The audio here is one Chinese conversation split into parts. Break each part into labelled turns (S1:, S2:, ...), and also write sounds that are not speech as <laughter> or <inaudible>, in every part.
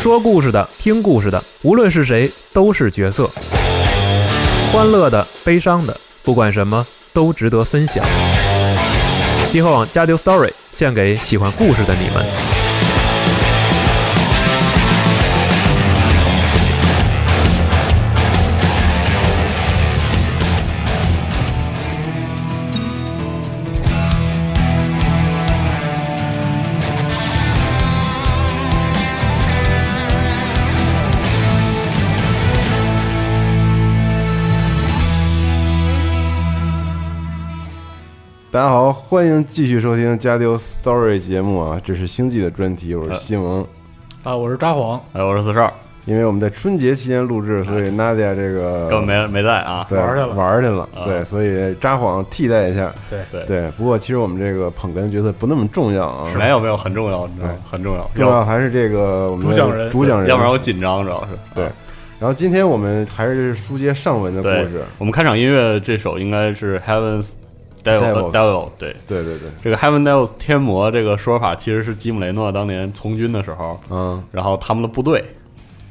S1: 说故事的、听故事的，无论是谁，都是角色。欢乐的、悲伤的，不管什么都值得分享。今后网加丢 Story 献给喜欢故事的你们。
S2: 大家好，欢迎继续收听《加丢 Story》节目啊，这是星际的专题，我是西蒙。
S3: 啊，我是札幌，
S4: 哎，我是四少，
S2: 因为我们在春节期间录制，所以 Nadia 这个
S4: 根本啊没没在啊。
S2: 对
S3: 玩儿去了
S2: 玩儿去了，
S4: 啊
S2: 对，所以札幌替代一下。
S3: 对
S4: 对
S2: 对，不过其实我们这个捧哏的角色不那么重要啊，
S4: 没有没有，很重要，你知道吗？很重要，
S2: 重要还是这个我们的
S3: 主讲人
S2: 主讲人，
S4: 要不然我紧张，主要是。
S2: 对
S4: 啊。
S2: 然后今天我们还是书接上文的故
S4: 对
S2: 事，，
S4: 我们开场音乐这首应该是 Heaven's
S2: Devils
S4: Devil 呃 Devil，对。
S2: 对对对，
S4: 这个 Heaven Devil 天魔这个说法，其实是基姆雷诺当年从军的时候，
S2: 嗯，
S4: 然后他们的部队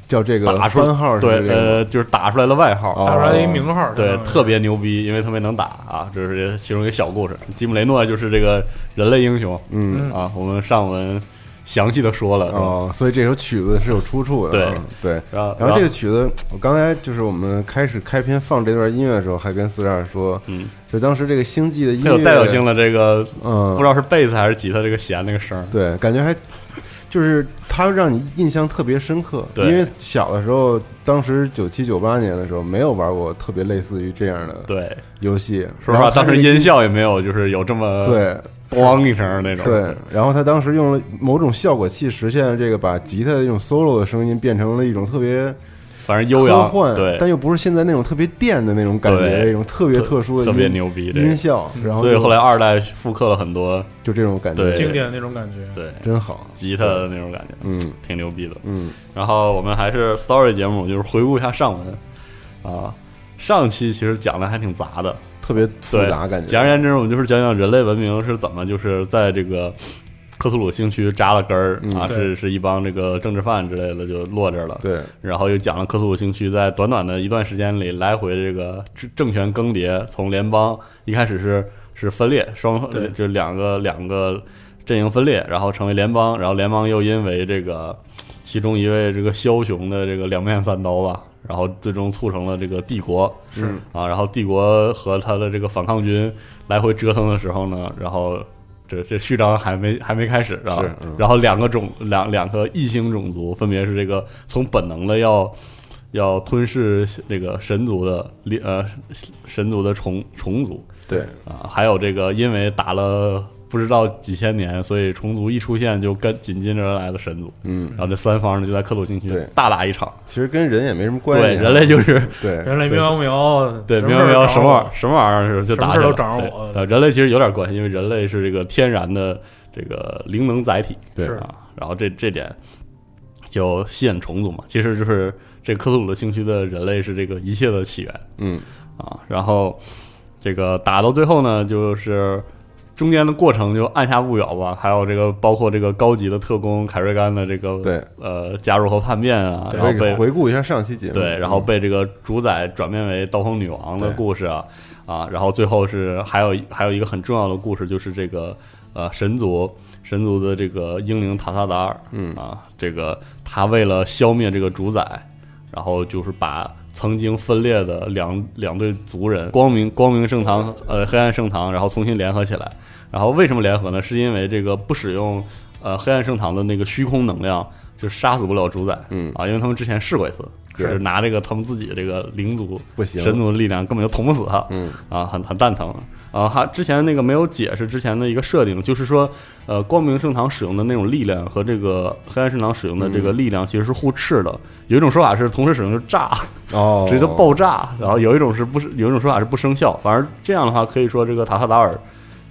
S2: 叫这个
S4: 打出
S2: 番号是
S4: 对
S2: 这，个
S4: 呃，就是打出来的外号，
S2: 哦
S3: 打出来一名号，
S4: 对，特别
S3: 别
S4: 牛逼，因为特别能打啊，这是其中一个小故事。基姆雷诺就是这个人类英雄，
S2: 嗯
S3: 嗯
S4: 啊，我们上文详细的说了，是吧
S2: 哦，所以这首曲子是有出处的啊，对。
S4: 然后
S2: 然后这个曲子，我刚才就是我们开始开篇放这段音乐的时候，还跟四十二说，
S4: 嗯，
S2: 就当时这个星际的音
S4: 它
S2: 乐
S4: 有代表性，的这个
S2: 嗯，
S4: 不知道是贝斯还是吉他这个弦那个声儿，
S2: 对，感觉还就是它让你印象特别深刻，
S4: 对
S2: 因为小的时候，当时九七九八年的时候，没有玩过特别类似于这样的
S4: 对，
S2: 游戏，
S4: 说实
S2: 然后
S4: 话，
S2: 它
S4: 当时
S2: 是
S4: 音效也没有，就是有这么
S2: 对。
S4: 咣一声那种，
S2: 对，然后他当时用了某种效果器实现了这个，把吉他的这种 solo 的声音变成了一种特别
S4: 反正悠
S2: 科
S4: 扬，
S2: 幻，
S4: 对，
S2: 但又不是现在那种特别电的那种感觉，
S4: 对
S2: 那种特别特殊的
S4: 特别
S2: 音
S4: 牛逼这个
S2: 音效，然后
S4: 所以
S2: 就
S4: 后来二代复刻了很多
S2: 就这种感觉，
S4: 对
S3: 经典的那种感觉。
S4: 对
S2: 真好，
S4: 吉他的那种感觉，
S2: 嗯
S4: 挺牛逼的。
S2: 嗯
S4: 然后我们还是 story 节目，就是回顾一下上文啊，上期其实讲的还挺杂的，
S2: 特别复
S4: 对，
S2: 杂感觉，
S4: 简而言之，我们就是讲讲人类文明是怎么就是在这个克苏鲁星区扎了根儿、啊，
S3: 对
S4: 是是一帮这个政治犯之类的就落这儿了。
S2: 对，
S4: 然后又讲了克苏鲁星区在短短的一段时间里来回这个政政权更迭，从联邦一开始是是分裂，双
S3: 对
S4: 就两个两个阵营分裂，然后成为联邦，然后联邦又因为这个其中一位这个枭雄的这个两面三刀吧，然后最终促成了这个帝国
S3: 是
S4: 啊，然后帝国和他的这个反抗军来回折腾的时候呢，然后。这这序章还没还没开始，然后
S2: 是嗯
S4: 然后两个种两两个异星种族，分别是这个从本能的要要吞噬这个神族的猎呃神族的虫虫族
S2: 对，
S4: 啊，还有这个因为打了不知道几千年，所以虫族一出现就跟紧接着而来的神族，
S2: 嗯，
S4: 然后这三方呢就在克鲁星区
S2: 对
S4: 大打一场，
S2: 其实跟人也没什么关系啊，
S4: 对人类就是
S2: 对
S3: 人类
S4: 对
S3: 喵喵，
S4: 对
S3: 什
S4: 明
S3: 么
S4: 白
S3: 事儿
S4: 没有
S3: 找
S4: 什么
S3: 我
S4: 玩意儿什么玩意儿就就打
S3: 什么事儿都
S4: 起来
S3: 找
S4: 对
S3: 我
S4: 呃人类其实有点关系，因为人类是这个天然的这个灵能载体，
S2: 对
S3: 是
S4: 啊，然后这这点就吸引虫族嘛，其实就是这克苏鲁的星区的人类是这个一切的起源 <laughs>
S2: 嗯
S4: 啊。然后这个打到最后呢，就是中间的过程就按下不表吧，还有这个包括这个高级的特工凯瑞甘的这个
S2: 对
S4: 呃加入和叛变啊，
S3: 对
S4: 然后
S2: 所以
S4: 被
S2: 回顾一下上期节目，
S4: 对，然后被这个主宰转变为刀锋女王的故事啊啊，然后最后是还有一还有一个很重要的故事，就是这个呃神族神族的这个英灵塔萨达尔，
S2: 嗯
S4: 啊，这个他为了消灭这个主宰，然后就是把曾经分裂的两两对族人，光明光明圣堂呃黑暗圣堂，然后重新联合起来。然后为什么联合呢？是因为这个不使用呃黑暗圣堂的那个虚空能量，就杀死不了主宰。
S2: 嗯
S4: 啊，因为他们之前试过一次，
S2: 是
S4: 就是拿这个他们自己的这个灵族、
S2: 不行
S4: 神族的力量，根本就捅不死他。
S2: 嗯
S4: 啊，很很蛋疼啊！还之前那个没有解释之前的一个设定，就是说，呃，光明圣堂使用的那种力量和这个黑暗圣堂使用的这个力量其实是互斥的。有一种说法是同时使用就炸，
S2: 哦，
S4: 直接就爆炸；然后有一种是不是有一种说法是不生效。反正这样的话，可以说这个塔萨达尔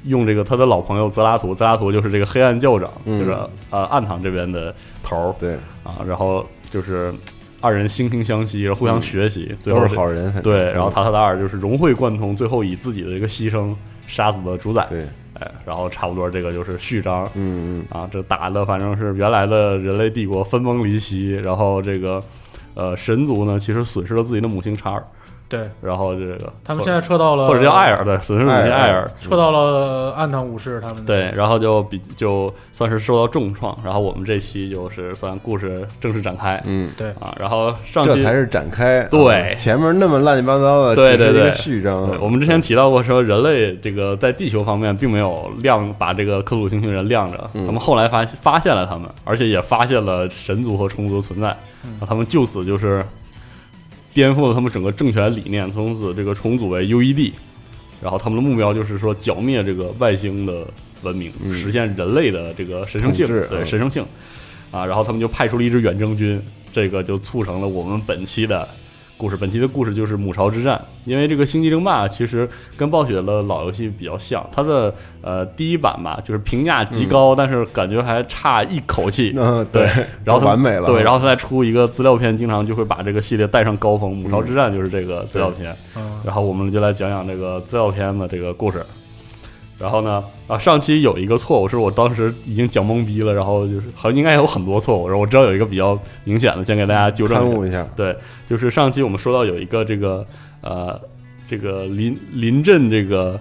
S4: 用这个他的老朋友泽拉图，泽拉图就是这个黑暗教长，
S2: 嗯
S4: 就是呃暗堂这边的头儿
S2: 对，
S4: 啊。然后就是二人惺惺相惜，然后互相学习，最后
S2: 嗯都
S4: 这
S2: 是好人，反正嗯
S4: 对，然后塔塔达尔就是融会贯通，最后以自己的一个牺牲杀死了主宰
S2: 对
S4: 哎，然后差不多这个就是序章
S2: 嗯嗯
S4: 啊，这打的反正是原来的人类帝国分崩离析，然后这个呃神族呢其实损失了自己的母亲查尔，
S3: 对
S4: 然后这个
S3: 他们现在撤到了，
S4: 或者叫艾，尔对，损失母亲艾
S2: 艾
S4: 尔
S2: 尔，
S3: 撤到了暗堂武士他们
S4: 对，然后就比就算是受到重创，然后我们这期就是算故事正式展开
S2: 嗯，
S4: 啊，然后上
S2: 这
S4: 期
S2: 才是展开。
S4: 对
S2: 啊前面那么乱七八糟的，
S4: 对对
S2: 只是一个
S4: 对
S2: 序章啊
S4: 对，。我们之前提到过，说人类这个在地球方面并没有亮，把这个克鲁星星人亮着。
S2: 嗯
S4: 他们后来发发现了他们，而且也发现了神族和虫族的存在，
S2: 嗯
S4: 然后他们就此就是颠覆了他们整个政权理念，从此这个重组为 UED，然后他们的目标就是说剿灭这个外星的文明，
S2: 嗯
S4: 实现人类的这个神圣性，
S2: 统治
S4: 对
S2: 嗯
S4: 神圣性啊，然后他们就派出了一支远征军，这个就促成了我们本期的故事。本期的故事就是母巢之战，因为这个星际争霸其实跟暴雪的老游戏比较像，它的呃第一版吧，就是评价极高，但是感觉还差一口气。
S2: 嗯，
S4: 对，然后他们
S2: 完美了。啊
S4: 对，然
S2: 后
S4: 后他再出一个资料片，经常就会把这个系列带上高峰。母巢之战就是这个资料片，
S3: 嗯
S4: 然后我们就来讲讲这个资料片的这个故事。然后呢，啊，上期有一个错误是我当时已经讲懵逼了，然后就是好像应该有很多错误，然后我知道有一个比较明显的，先给大家纠
S2: 参
S4: 正一下。
S2: 悟一下，
S4: 对，就是上期我们说到有一个这个呃这个临临阵这个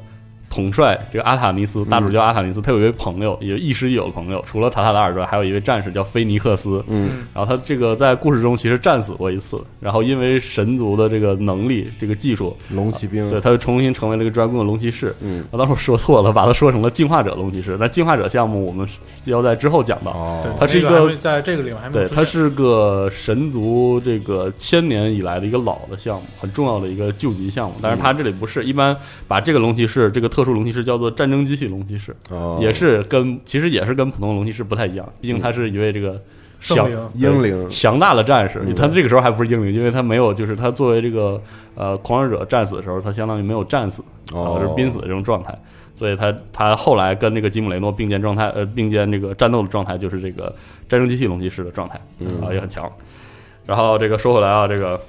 S4: 统帅这个阿塔尼
S2: 嗯
S4: 斯，大主教阿塔尼斯，他有一位朋友，也亦师亦友的朋友，除了塔塔达尔之外，还有一位战士叫菲尼克斯。
S2: 嗯，
S4: 然后他这个在故事中其实战死过一次，然后因为神族的这个能力、这个技术，
S2: 龙骑兵，
S4: 对，他就重新成为了一个 Dragon 的龙骑士。
S2: 嗯，
S4: 我当时我说错了，把他说成了进化者龙骑士。那进化者项目我们要在之后讲到。
S3: 对
S2: 哦，
S4: 它是一
S3: 那
S4: 个
S3: 个还没在这个里面还没
S4: 对，
S3: 有出现，
S4: 它是个神族这个千年以来的一个老的项目，很重要的一个救急项目。但是它这里不是，一般把这个龙骑士这个特殊龙骑士叫做战争机器龙骑士，
S2: 哦
S4: 也是跟其实也是跟普通龙骑士不太一样，毕竟他是一位这个
S3: 圣
S4: 强
S3: 灵，
S2: 英灵，
S4: 强大的战士。
S2: 嗯
S4: 他这个时候还不是英灵，因为他没有就是他作为这个呃狂热者战死的时候，他相当于没有战死，
S2: 哦
S4: 啊，就是濒死的这种状态。所以他他后来跟那个吉姆雷诺并肩状态，呃，并肩这个战斗的状态，就是这个战争机器龙骑士的状态
S2: 嗯
S4: 啊，也很强。然后这个说回来啊，这个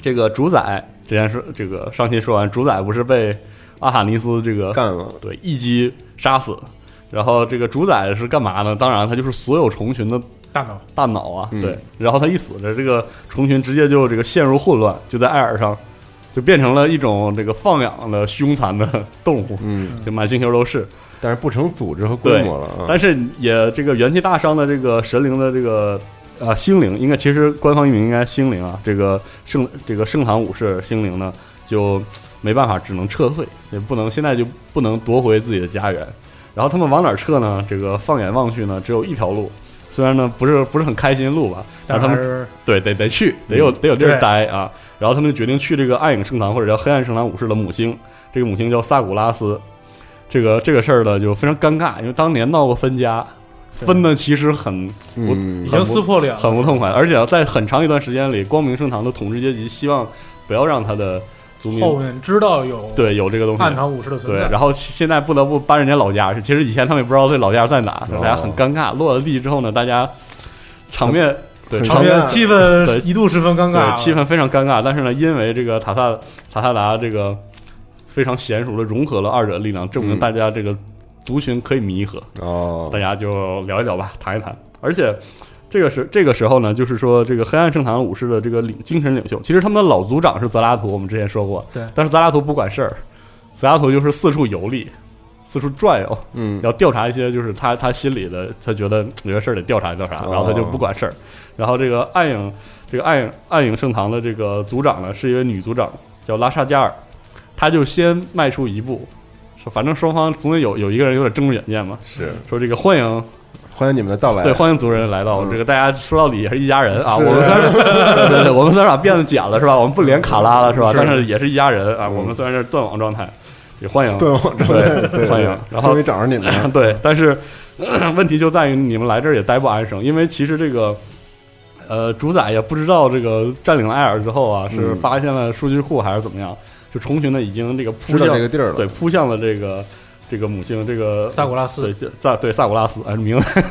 S4: 这个主宰之前说这个上期说完，主宰不是被阿塔尼斯这个
S2: 干了，
S4: 对一击杀死，然后这个主宰是干嘛呢？当然他就是所有虫群的
S3: 大脑
S4: 大脑啊，
S2: 嗯
S4: 对，然后他一死了，这个虫群直接就这个陷入混乱，就在艾尔上，就变成了一种这个放养的凶残的动物，
S2: 嗯，
S4: 就满星球都是。
S2: 但是不成组织和规模了啊，
S4: 但是也这个元气大伤的这个神灵的这个呃星灵，应该其实官方译名应该星灵啊，这个圣这个圣堂武士星灵呢就没办法，只能撤退，所以不能现在就不能夺回自己的家园。然后他们往哪儿撤呢？这个放眼望去呢，只有一条路，虽然呢不是不是很开心的路吧，但
S3: 但
S4: 是他们
S3: 还是
S4: 对，得得去，得有得有地儿
S3: 嗯对
S4: 待啊。然后他们就决定去这个暗影圣堂，或者叫黑暗圣堂武士的母星，这个母星叫萨古拉斯。这个这个事儿呢，就非常尴尬，因为当年闹过分家，
S3: 对
S4: 分的其实很
S2: 嗯
S3: 已，经撕破脸了，
S4: 很不痛快，而且在很长一段时间里，光明圣堂的统治阶级希望不要让他的族民
S3: 后面知道有
S4: 对有这个东西，
S3: 暗堂武士的
S4: 对
S3: 存，在，
S4: 然后现在不得不搬人家老家去。其实以前他们也不知道这老家在哪，
S2: 哦
S4: 大家很尴尬。落了地之后呢，大家场面对
S2: 很
S4: 场
S3: 场
S4: 面
S2: 尴
S3: 面
S2: 尬
S3: 气
S4: 对
S3: 氛一度十分尴尬，
S4: 对，气氛非常尴尬。但是呢，因为这个塔萨塔萨达这个非常娴熟的融合了二者力量，证明
S2: 嗯
S4: 大家这个族群可以弥合，
S2: 哦
S4: 大，家就聊一聊吧，谈一谈。而且这个时这个时候呢，就是说这个黑暗圣堂武士的这个领精神领袖，其实他们的老族长是泽拉图，我们之前说过，
S3: 对
S4: 但是泽拉图不管事儿，泽拉图就是四处游历。四处转悠，
S2: 嗯，
S4: 要调查一些，就是他他心里的，他觉得有些事儿得调查调查，
S2: 哦
S4: 然后他就不管事儿。然后这个暗影，这个暗影暗影圣堂的这个组长呢，是一位女组长，叫拉沙加尔，她就先迈出一步，说反正双方总得有有一个人有点争远见嘛，
S2: 是
S4: 说这个欢迎
S2: 欢迎你们的到来，
S4: 对，欢迎族人来到。
S2: 哎嗯
S4: 这个大家说到底也是一家人啊。
S2: 是
S4: 我们
S2: <laughs>
S4: 虽然对对对，我们虽然把辫子剪了是吧？我们不连卡拉了是吧？
S2: 是
S4: 但是也是一家人啊。
S2: 嗯
S4: 我们虽然是断网状态，也欢迎
S2: 对，我
S4: 对欢迎然后
S2: 终于找着你们了，
S4: <laughs> 对，但是 <clears throat> 咳咳问题就在于你们来这儿也待不安生，因为其实这个。呃，主宰也不知道这个占领了艾尔之后啊，是
S2: 嗯
S4: 发现了数据库还是怎么样，就虫群呢已经这个扑
S2: 知道
S4: 向
S2: 这个地儿了，
S4: 对，扑向了这个这个母星这个
S3: 萨古拉
S4: 对
S3: 斯，
S4: 就萨对萨古拉斯啊名字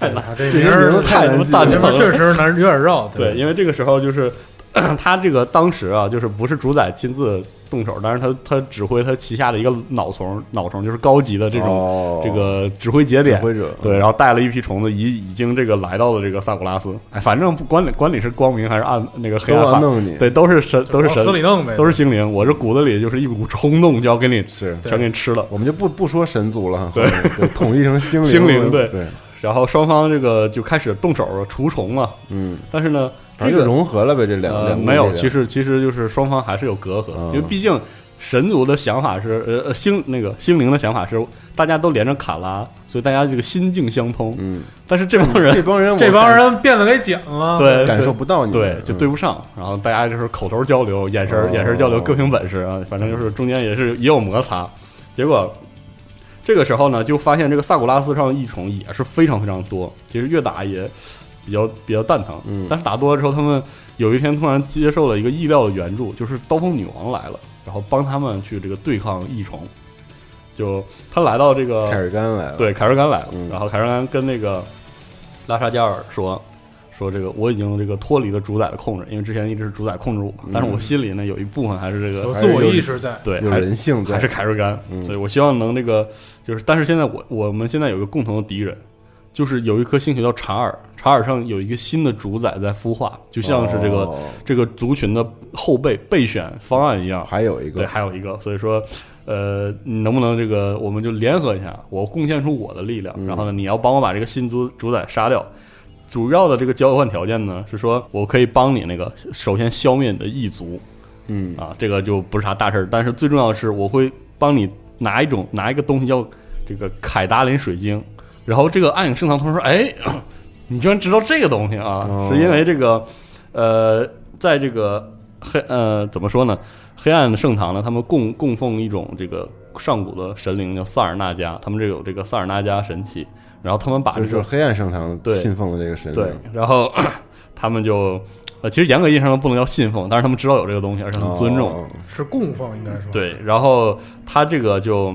S4: 太难
S3: 啊这
S2: 这些
S3: 名
S2: 名字
S3: 儿
S2: 太难
S4: 太他妈
S2: 记
S4: 大
S2: 了
S4: 了
S3: 这名儿确实难，有点绕，
S4: 对，
S3: 为
S4: 因为这个时候就是 <clears throat> 他这个当时啊，就是不是主宰亲自动手，但是他他指挥他旗下的一个脑虫，脑虫就是高级的这种、
S2: 种
S4: 这个指挥节
S2: 指
S4: 点，
S2: 挥者，
S4: 对，然后带了一批虫子，已已经这个来到了这个萨古拉斯。哎，反正不管理管理是光明还是暗那个黑
S2: 都
S4: 暗
S2: 要
S4: 法，
S2: 弄你，哦
S4: 对，都是神，都是
S3: 往
S4: 神
S3: 死，里弄呗，
S4: 都是精灵。我这骨子里就是一股冲动，就要给你
S2: 是
S4: 全给你吃了。
S2: 我们就不不说神族了，对，统一成星
S4: 星灵
S2: 对
S4: 对然后双方这个就开始动手除虫嘛，
S2: 嗯，
S4: 但是呢，
S2: 反正
S4: 这
S2: 就
S4: 个
S2: 融合了呗，这两
S4: 呃
S2: 两
S4: 没有，
S2: 这
S4: 其
S2: 两
S4: 实其实就是双方还是有隔阂，
S2: 嗯
S4: 因为毕竟神族的想法是呃呃星那个星灵的想法是大家都连着卡拉，所以大家这个心境相通，
S2: 嗯，
S4: 但是这帮人
S2: 这帮人我
S3: 这帮
S2: 感
S3: 人变得给讲了，
S4: 对
S2: 嗯感受不到你们，
S4: 对，就对不上。然后大家就是口头交流、眼神、
S2: 嗯哦
S4: 眼神交流，各凭本事啊。反正就是中间也是也有摩擦。结果这个时候呢，就发现这个萨古拉斯上的异虫也是非常非常多。其实越打也比较比较蛋疼，
S2: 嗯
S4: 但是打多了之后，他们有一天突然接受了一个意料的援助，就是刀锋女王来了，然后帮他们去这个对抗异虫。就他来到这个
S2: 嗯，凯尔甘来了，，
S4: 对，凯瑞甘来了，
S2: 嗯
S4: 然后凯瑞甘跟那个拉沙加尔说说这个我已经这个脱离了主宰的控制，因为之前一直是主宰控制我，但是我心里呢有一部分还是这
S3: 有
S4: 个
S3: 自我意识在，
S4: 对
S2: 嗯有
S4: 还
S2: 人性在，
S4: 还是凯瑞甘，
S2: 嗯
S4: 所以我希望能这个就是，但是现在我我们现在有一个共同的敌人。就是有一颗星球叫查尔，查尔上有一个新的主宰在孵化，就像是这个、
S2: 哦
S4: 这个族群的后备备选方案一样，
S2: 还有一个
S4: 对，还有一个，所以说，呃，你能不能这个我们就联合一下，我贡献出我的力量，
S2: 嗯
S4: 然后呢，你要帮我把这个新族主宰杀掉。主要的这个交换条件呢，是说我可以帮你那个，首先消灭你的异族
S2: 嗯
S4: 啊，这个就不是啥大事儿。但是最重要的是，我会帮你拿一种拿一个东西叫这个凯达林水晶。然后这个暗影盛唐同说：“哎，你居然知道这个东西啊？
S2: 哦
S4: 是因为这个，呃，在这个黑呃怎么说呢？黑暗圣堂呢，他们供供奉一种这个上古的神灵叫萨尔纳加，他们这有这个萨尔纳加神器，然后他们把
S2: 就
S4: 啊这
S2: 是
S4: 个
S2: 黑暗圣堂
S4: 对
S2: 信奉的这个神
S4: 对，然后 <coughs> 咳他们就呃，其实严格意义上都不能叫信奉，但是他们知道有这个东西，而且很尊重。
S2: 哦
S3: 是供奉应该说，
S4: 对，然后他这个就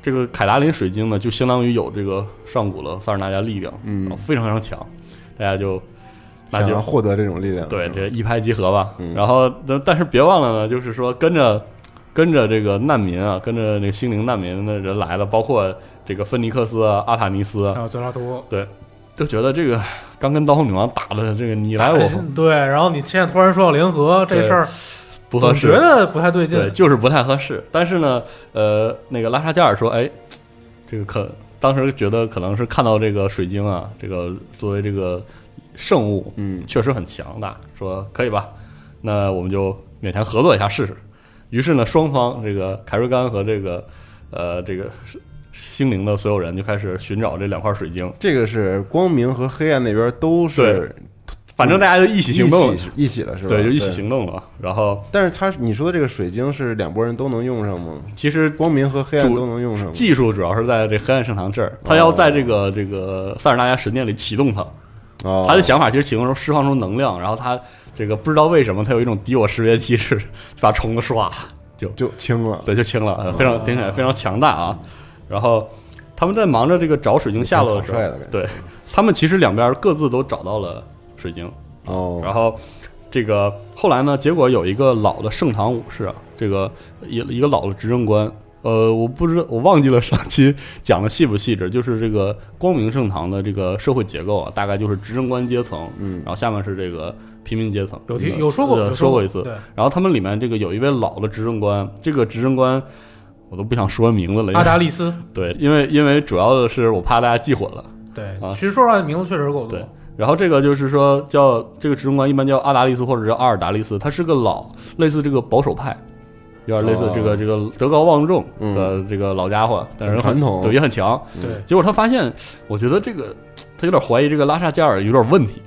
S4: 这个凯达林水晶呢，就相当于有这个上古的萨尔纳加力量，
S2: 嗯
S4: 然后非常非常强，大家就哦那
S2: 想
S4: 就
S2: 要获得这种力量，
S4: 对，
S2: 嗯
S4: 这一拍即合吧。
S2: 嗯
S4: 然后，但但是别忘了呢，就是说跟着跟着这个难民啊，跟着那个心灵难民的人来了，包括这个芬尼克斯啊、阿塔尼斯啊，
S3: 还有泽拉多，
S4: 就觉得这个刚跟刀锋女王打的这个你来我
S3: 对，然后你现在突然说要联合这
S4: 对
S3: 事儿，
S4: 不合
S3: 总
S4: 适，
S3: 觉得不太对劲
S4: 对，，就是不太合适。但是呢，呃，那个拉沙加尔说，哎，这个可当时觉得可能是看到这个水晶啊，这个作为这个圣物，
S2: 嗯
S4: 确实很强大，说可以吧？那我们就勉强合作一下试试。于是呢，双方这个凯瑞甘和这个呃这个是星灵的所有人就开始寻找这两块水晶，
S2: 这个是光明和黑暗那边都是
S4: 反正大家就一起
S2: 一
S4: 行动了，
S2: 起一起了是吧？
S4: 对，就一起。行动了。然后
S2: 但是他你说的这个水晶是两拨人都能用上吗？
S4: 其实
S2: 光明和黑暗
S4: 主
S2: 都能用上吗？
S4: 技术主要是在这黑暗圣堂这儿，他要在这个这个塞尔纳加神殿里启动它。
S2: 哦，
S4: 他的想法其实启动时候释放出能量，然后他这个不知道为什么他有一种敌我识别机制，把虫
S2: <laughs>
S4: 子唰
S2: 就清了。
S4: 对，就清了，呃非常听起来非常强大啊。然后他们在忙着这个找水晶下落的时候
S2: 草率了感，觉
S4: 对他们其实两边各自都找到了水晶。
S2: 哦，
S4: 然后这个后来呢，结果有一个老的盛唐武士，啊，这个一一个老的执政官，呃，我不知道我忘记了上期讲的细不细致，就是这个光明盛唐的这个社会结构啊，大概就是执政官阶层，
S2: 嗯
S4: 然后下面是这个平民阶层，
S3: 有
S4: 呃
S3: 听有说过
S4: 呃
S3: 有
S4: 说
S3: 过
S4: 过一次，
S3: 对，
S4: 然后他们里面这个有一位老的执政官，这个执政官我都不想说名字了，因为
S3: 阿达利斯，
S4: 对，因为因为主要的是我怕大家记混了。
S3: 对
S4: 啊，
S3: 其实说出来名字确实够多
S4: 对，然后这个就是说叫这个执政官一般叫阿达利斯或者叫阿尔达利斯，他是个老类似这个保守派，有点类似这个、
S2: 哦
S4: 这个德高望重的这个老家伙，但是很
S2: 传统
S4: 对也很强。
S3: 对，
S4: 结果他发现，呃我觉得这个他有点怀疑这个拉萨加尔有点问题，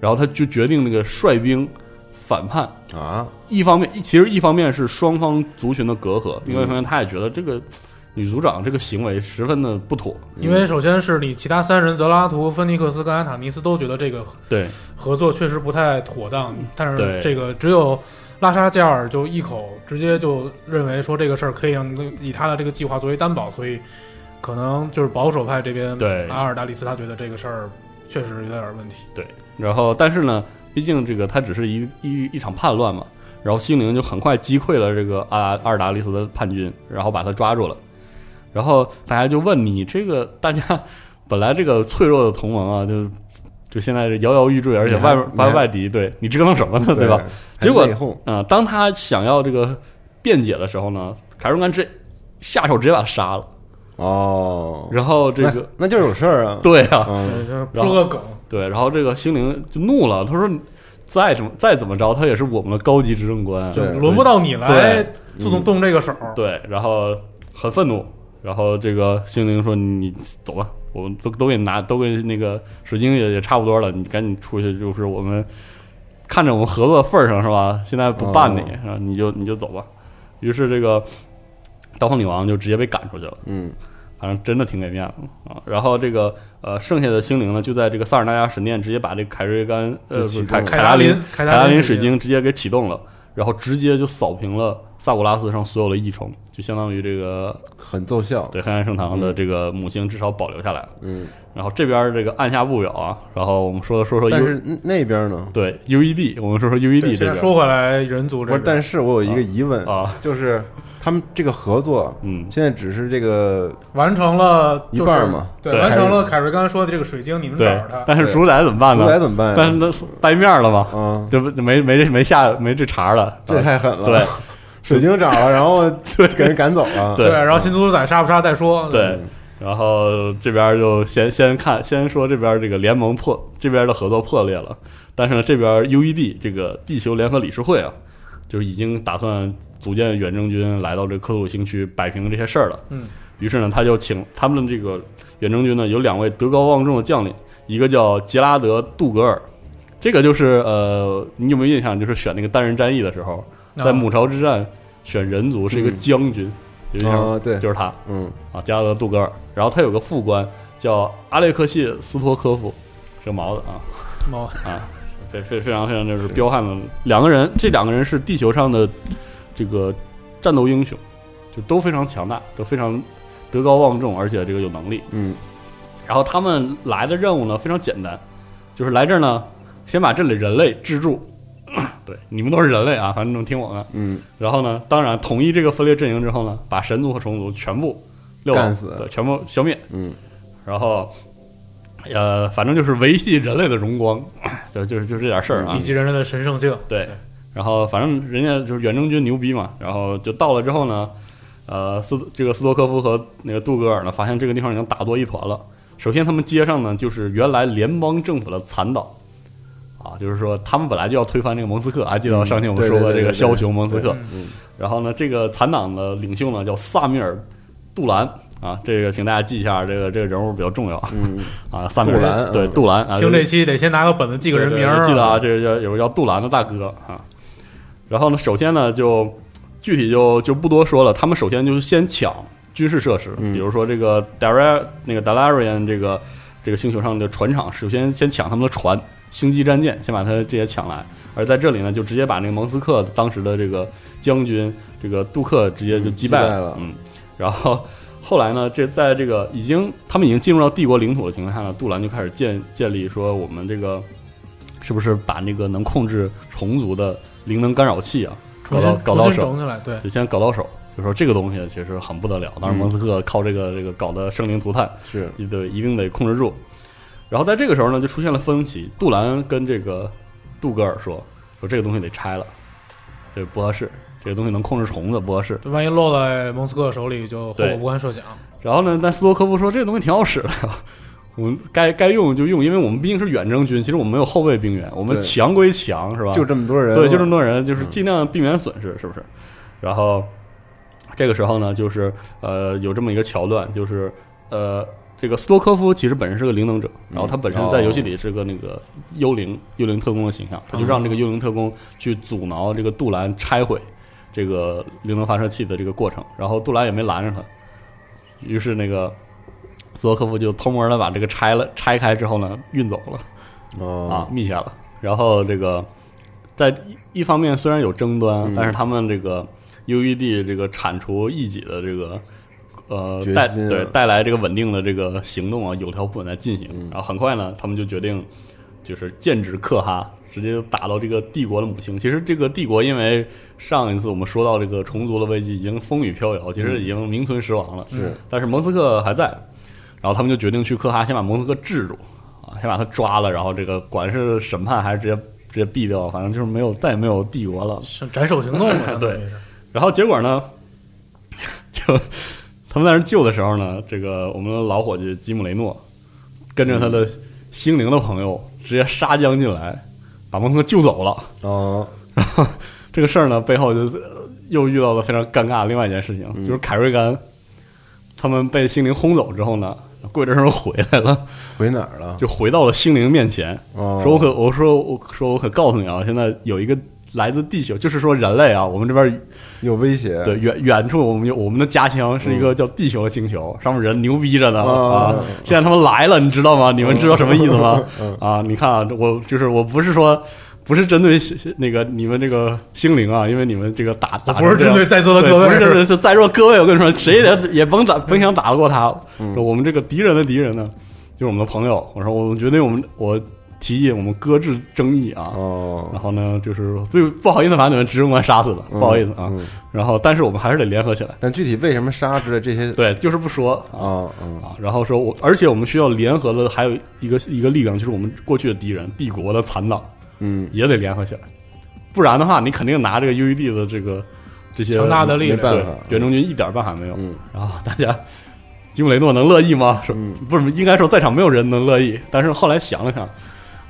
S4: 然后他就决定那个率兵反叛。
S2: 啊，
S4: 一方面，其实一方面是双方族群的隔阂，另外一方面他也觉得这个女组长这个行为十分的不妥。
S3: 因为首先是你其他三人泽拉图、芬尼克斯跟安塔尼斯都觉得这个
S4: 对
S3: 合作确实不太妥当，但
S4: 对
S3: 是这个只有拉沙加尔就一口直接就认为说这个事儿可以让以他的这个计划作为担保，所以可能就是保守派这边
S4: 对
S3: 阿尔达里斯他觉得这个事儿确实有点问题，
S4: 对，然后但是呢，毕竟这个他只是一一一场叛乱嘛。然后星灵就很快击溃了这个阿阿尔达利斯的叛军，然后把他抓住了。然后大家就问你这个，大家本来这个脆弱的同盟啊，就就现在是摇摇欲坠，而且
S2: 你还
S4: 外面
S2: 你还啊
S4: 外外敌，对你折腾什么呢， <laughs> 对吧？？结果
S2: 还内讧
S4: 啊、当他想要这个辩解的时候呢，凯瑞甘直接下手直接把他杀了。
S2: 哦，
S4: 然后这个，
S2: 那那就是有事儿啊。
S4: 对啊，
S2: 嗯，
S3: 对就是铺个梗，
S4: 对，然后这个星灵就怒了，他说：“再怎么再怎么着，他也是我们的高级执政官。
S3: 就
S2: 对
S3: 轮不到你来
S4: 对
S3: 动动这个手。”
S4: 对，然后很愤怒，然后这个星灵说：“你走吧，我们都都给你拿，都给那个水晶也也差不多了，你赶紧出去，就是我们看着我们合作的份儿上是吧？现在不办你，
S2: 哦
S4: 然后你就你就走吧。”于是这个刀锋女王就直接被赶出去了。
S2: 嗯，
S4: 反正真的挺给面子啊。然后这个呃，剩下的星灵呢，就在这个萨尔纳亚神殿直接把这个凯瑞甘呃
S2: 就
S4: 不
S2: 启
S4: 是
S2: 动
S4: 凯
S2: 了
S4: 凯
S3: 达
S4: 达
S3: 林
S4: 林
S3: 凯
S4: 凯
S3: 达
S4: 达
S3: 林
S4: 林
S3: 水
S4: 水
S3: 晶
S4: 晶直接给启动了，然后直接就扫平了萨古拉斯上所有的异虫，就相当于这个
S2: 很奏效。
S4: 对黑暗圣堂的这个母星至少保留下来了。
S2: 嗯，
S4: 然后这边这个按下不表啊，然后我们说说说 U
S2: 但是那边呢？
S4: 对 UED，我们说说 UED 这
S3: 现在
S4: 边
S3: 说回来，人族
S2: 不
S3: 这
S2: 是，
S3: 边
S2: 但是我有一个疑问，
S4: 啊，
S2: 就是他们这个合作
S4: 嗯，
S2: 现在只是这个
S3: 完成了就是
S2: 一半儿嘛
S3: 对，
S4: 对
S3: 完成了凯瑞刚才说的这个水晶，你们找
S4: 对
S3: 着它，。
S4: 但是主宰怎么办
S2: 出
S4: 呢
S2: 来？怎么办
S4: 但是
S2: 呀？
S4: 那掰面了嘛，
S2: 啊，
S4: 对不没没这没下没这茬了，啊
S2: 这太狠了。
S4: 对，
S2: 水晶找
S4: <laughs>
S2: 了，然后给人赶走了。啊
S4: 对
S3: 然后新足仔杀不杀再说。
S4: 对，然后这边就先先看，先说这边这个联盟破，这边的合作破裂了，但是呢，这边 UED 这个地球联合理事会啊，就是已经打算组建远征军来到这个克鲁星区摆平这些事儿了。
S3: 嗯，
S4: 于是呢，他就请他们的这个远征军呢，有两位德高望重的将领，一个叫杰拉德·杜格尔，这个就是呃，你有没有印象？就是选那个单人战役的时候，
S3: 啊
S4: 在母巢之战选人族是一个
S2: 嗯
S4: 将军，有印象吗
S2: 啊，对，
S4: 就是他。
S2: 嗯，
S4: 啊，加勒杜格尔，然后他有个副官叫阿列克谢斯托科夫，是个毛子啊，
S3: 猫
S4: 非非非常非常就是彪悍的两个人，这两个人是地球上的这个战斗英雄，就都非常强大，都非常德高望重，而且这个有能力。
S2: 嗯，
S4: 然后他们来的任务呢非常简单，就是来这儿呢，先把这里人类制住。 <clears throat> 对，你们都是人类啊，反正你们听我的。
S2: 嗯，
S4: 然后呢，当然统一这个分裂阵营之后呢，把神族和虫族全部撂
S2: 干
S4: 倒
S2: 死
S4: 对，全部消灭。
S2: 嗯，
S4: 然后，呃，反正就是维系人类的荣光， <coughs> 就就是就这点事儿啊
S3: 以。及人类的神圣性，
S4: 对，然后反正人家就是远征军牛逼嘛，然后就到了之后呢，呃，斯这个斯多科夫和那个杜格尔呢，发现这个地方已经打作一团了。首先，他们街上呢就是原来联邦政府的残党。啊，就是说，他们本来就要推翻这个蒙斯克，还啊记得上期我们
S2: 对
S4: 说过
S2: 对对
S4: 这个
S2: 对
S4: 枭雄蒙斯克
S3: 对嗯，
S4: 然后呢，这个残党的领袖呢叫萨米尔·杜兰啊，这个请大家记一下，这个这个人物比较重要
S2: 嗯，
S4: 啊，萨米尔
S2: 杜兰
S4: 对
S2: 嗯
S4: 杜兰啊，
S3: 听这期得先拿个本子记
S4: 这
S3: 个人名儿，
S4: 记得啊，这个叫有个叫杜兰的大哥啊。然后呢，首先呢，就具体就就不多说了，他们首先就是先抢军事设施，
S2: 嗯
S4: 比如说这个 Dara 那个 Dalarian 这个这个星球上的船厂，首先先抢他们的船，星际战舰，先把它这些抢来。而在这里呢，就直接把那个蒙斯克当时的这个将军这个杜克直接就击败
S2: 击败了
S4: 嗯，然后 <laughs> 后来呢，这在这个已经他们已经进入到帝国领土的情况下呢，杜兰就开始建建立说我们这个是不是把那个能控制虫族的灵能干扰器啊，
S3: 重
S4: 搞到
S3: 新
S4: 搞到
S3: 重新
S4: 手，
S3: 整起来，对，
S4: 就先搞到手。就说这个东西其实很不得了，当时
S2: 嗯
S4: 蒙斯克靠这个这个搞得生灵涂炭， <laughs>
S2: 是，
S4: 你得一定得控制住。然后在这个时候呢，就出现了分歧。杜兰跟这个杜格尔说：“说这个东西得拆了，这不合适，这个东西能控制虫子不合适。”
S3: 就万一落在蒙斯克手里，就后果
S4: 对
S3: 不堪设想。
S4: 然后呢，但斯托科夫说这个东西挺好使的， <laughs> 我们该该用就用，因为我们毕竟是远征军，其实我们没有后备兵员，我们
S2: 对
S4: 强归强是吧？
S2: 就这么多人，
S4: 啊对，就这么多人，就是尽量避免损失，是不是？然后这个时候呢，就是呃有这么一个桥段，就是呃这个斯托科夫其实本身是个灵能者，然后他本身在游戏里是个那个幽灵幽灵特工的形象，他就让这个幽灵特工去阻挠这个杜兰拆毁这个灵能发射器的这个过程，然后杜兰也没拦着他，于是那个。斯托科夫就偷摸的把这个拆了，拆开之后呢，运走了。啊
S2: 啊，，
S4: 密下了。然后这个在一一方面虽然有争端，
S2: 嗯
S4: 但是他们这个 UED 这个铲除异己的这个呃
S2: 决
S4: 带
S2: 心啊
S4: 对带来这个稳定的这个行动啊，有条不紊在进行。
S2: 嗯
S4: 然后很快呢，他们就决定就是剑指可哈，直接就打到这个帝国的母星。其实这个帝国，因为上一次我们说到这个虫族的危机已经风雨飘摇，其实已经名存实亡了。
S2: 是
S4: 但是蒙斯克还在，然后他们就决定去科哈，先把蒙斯克制住啊，先把他抓了，然后这个管是审判还是直接直接毙掉，反正就是没有再也没有帝国了。
S3: 是斩首行动嘛，
S4: <laughs> 对
S3: 相当于是，
S4: 然后结果呢，就他们在那儿救的时候呢，这个我们的老伙计吉姆雷诺跟着他的心灵的朋友直接杀将进来，把蒙特救走了。
S2: 啊，
S4: 这个事儿呢，背后就是呃又遇到了非常尴尬的另外一件事情，就是凯瑞甘他们被心灵轰走之后呢，跪着身回来了，
S2: 回哪儿了？
S4: 就回到了心灵面前，
S2: 哦
S4: 说我可我说我说我可告诉你啊，现在有一个来自地球，就是说人类啊，我们这边
S2: 有威胁，
S4: 对，远远处我们有我们的家乡是一个叫地球的星球，上面人牛逼着呢
S2: 啊
S4: 啊！现在他们来了，你知道吗？你们知道什么意思吗？啊，你看啊，我就是我不是说不是针对那个你们这个心灵啊，因为你们这个打打
S3: 不是
S4: 成这
S3: 针
S4: 样
S3: 对在座的
S4: 对
S3: 各位，
S4: 不是针对就在座各位，我跟你说，谁也也甭打甭想打得过他。我们这个敌人的敌人呢，就是我们的朋友。我说，我觉得我们我提议我们搁置争议啊。
S2: 哦，
S4: 然后呢，就是对不好意思把你们执政官杀死了，不好意思啊。
S2: 嗯嗯
S4: 然后，但是我们还是得联合起来。
S2: 但具体为什么杀之类这些
S4: 对，就是不说啊
S2: 啊，嗯
S4: 啊。然后说我，而且我们需要联合了，还有一个一个力量，就是我们过去的敌人帝国的残党，
S2: 嗯，
S4: 也得联合起来，不然的话，你肯定拿这个 UED 的这个这些
S3: 强大的力
S2: 没办
S3: 量，
S4: 对
S2: 法，
S4: 远征军一点办法没有。
S2: 嗯
S4: 然后大家，吉姆雷诺能乐意吗？是
S2: 嗯
S4: 不是应该说在场没有人能乐意？但是后来想了想，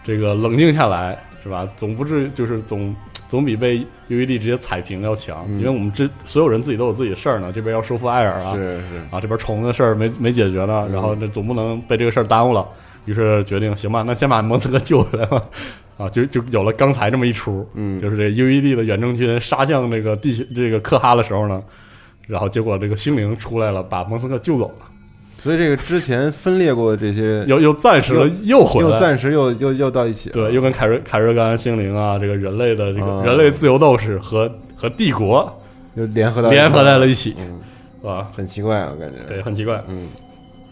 S4: 这个冷静下来是吧？总不至于就是总总比被 UED 直接踩平要强，
S2: 嗯
S4: 因为我们这所有人自己都有自己的事儿呢，这边要收复艾尔啊，
S2: 是是，
S4: 啊这边虫子的事儿没没解决呢，
S2: 嗯
S4: 然后这总不能被这个事儿耽误了，于是决定行吧，那先把蒙斯克救回来吧，啊就就有了刚才这么一出，
S2: 嗯
S4: 就是这 UED 的远征军杀向这个地这个克哈的时候呢，然后结果这个星灵出来了，把蒙斯克救走了，
S2: 所以这个之前分裂过的这些，
S4: 又又暂时的又回来
S2: 又
S4: 了，
S2: 暂时又又又到一起了，
S4: 对，又跟凯瑞凯瑞甘星灵啊，这个人类的这个、
S2: 啊
S4: 人类自由斗士和和帝国
S2: 又联合到
S4: 联合在了一起，
S2: 嗯，
S4: 啊，
S2: 很奇怪啊，我感觉，
S4: 对，，很奇怪。
S2: 嗯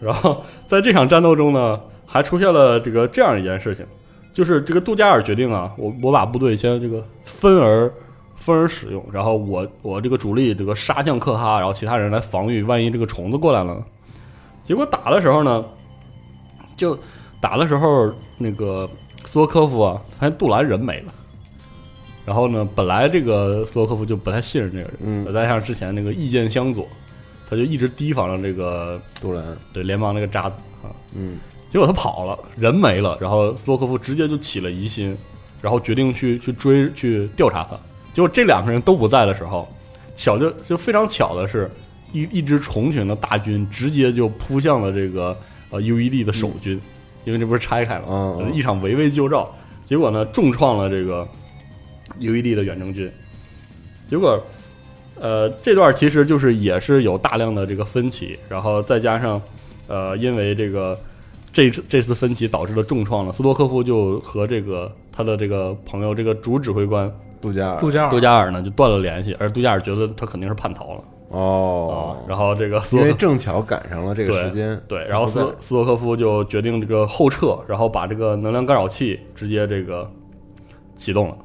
S4: 然后在这场战斗中呢，还出现了这个这样一件事情，就是这个杜加尔决定啊，我我把部队先这个分而分而使用，然后我我这个主力这个杀向克哈，然后其他人来防御，万一这个虫子过来了呢，结果打的时候呢，就打的时候那个斯托科夫啊，发现杜兰人没了。然后呢，本来这个斯托科夫就不太信任这个人，
S2: 嗯，
S4: 再加上之前那个意见相左，他就一直提防着这个
S2: 杜兰，
S4: 对联邦那个渣子啊。
S2: 嗯
S4: 结果他跑了，人没了，然后斯托科夫直接就起了疑心，然后决定去去追去调查他。结果这两个人都不在的时候，巧就就非常巧的是，一一支虫群的大军直接就扑向了这个呃 UED 的守军，因为这不是拆开了吗，
S2: 嗯嗯
S4: 一场围魏救赵。结果呢，重创了这个 UED 的远征军。结果，呃，这段其实就是也是有大量的这个分歧，然后再加上呃，因为这个这次这次分歧导致了重创了，斯托科夫就和这个他的这个朋友这个主指挥官
S2: 杜加尔
S3: 杜加尔
S4: 杜加尔呢就断了联系，而杜加尔觉得他肯定是叛逃了啊、
S2: 哦，
S4: 然后这个斯
S2: 因
S4: 托
S2: 为
S4: 科
S2: 正巧赶上了这个
S4: 对
S2: 时间，
S4: 对，然后斯
S2: 他不在
S4: 斯托科夫就决定这个后撤，然后把这个能量干扰器直接这个启动了，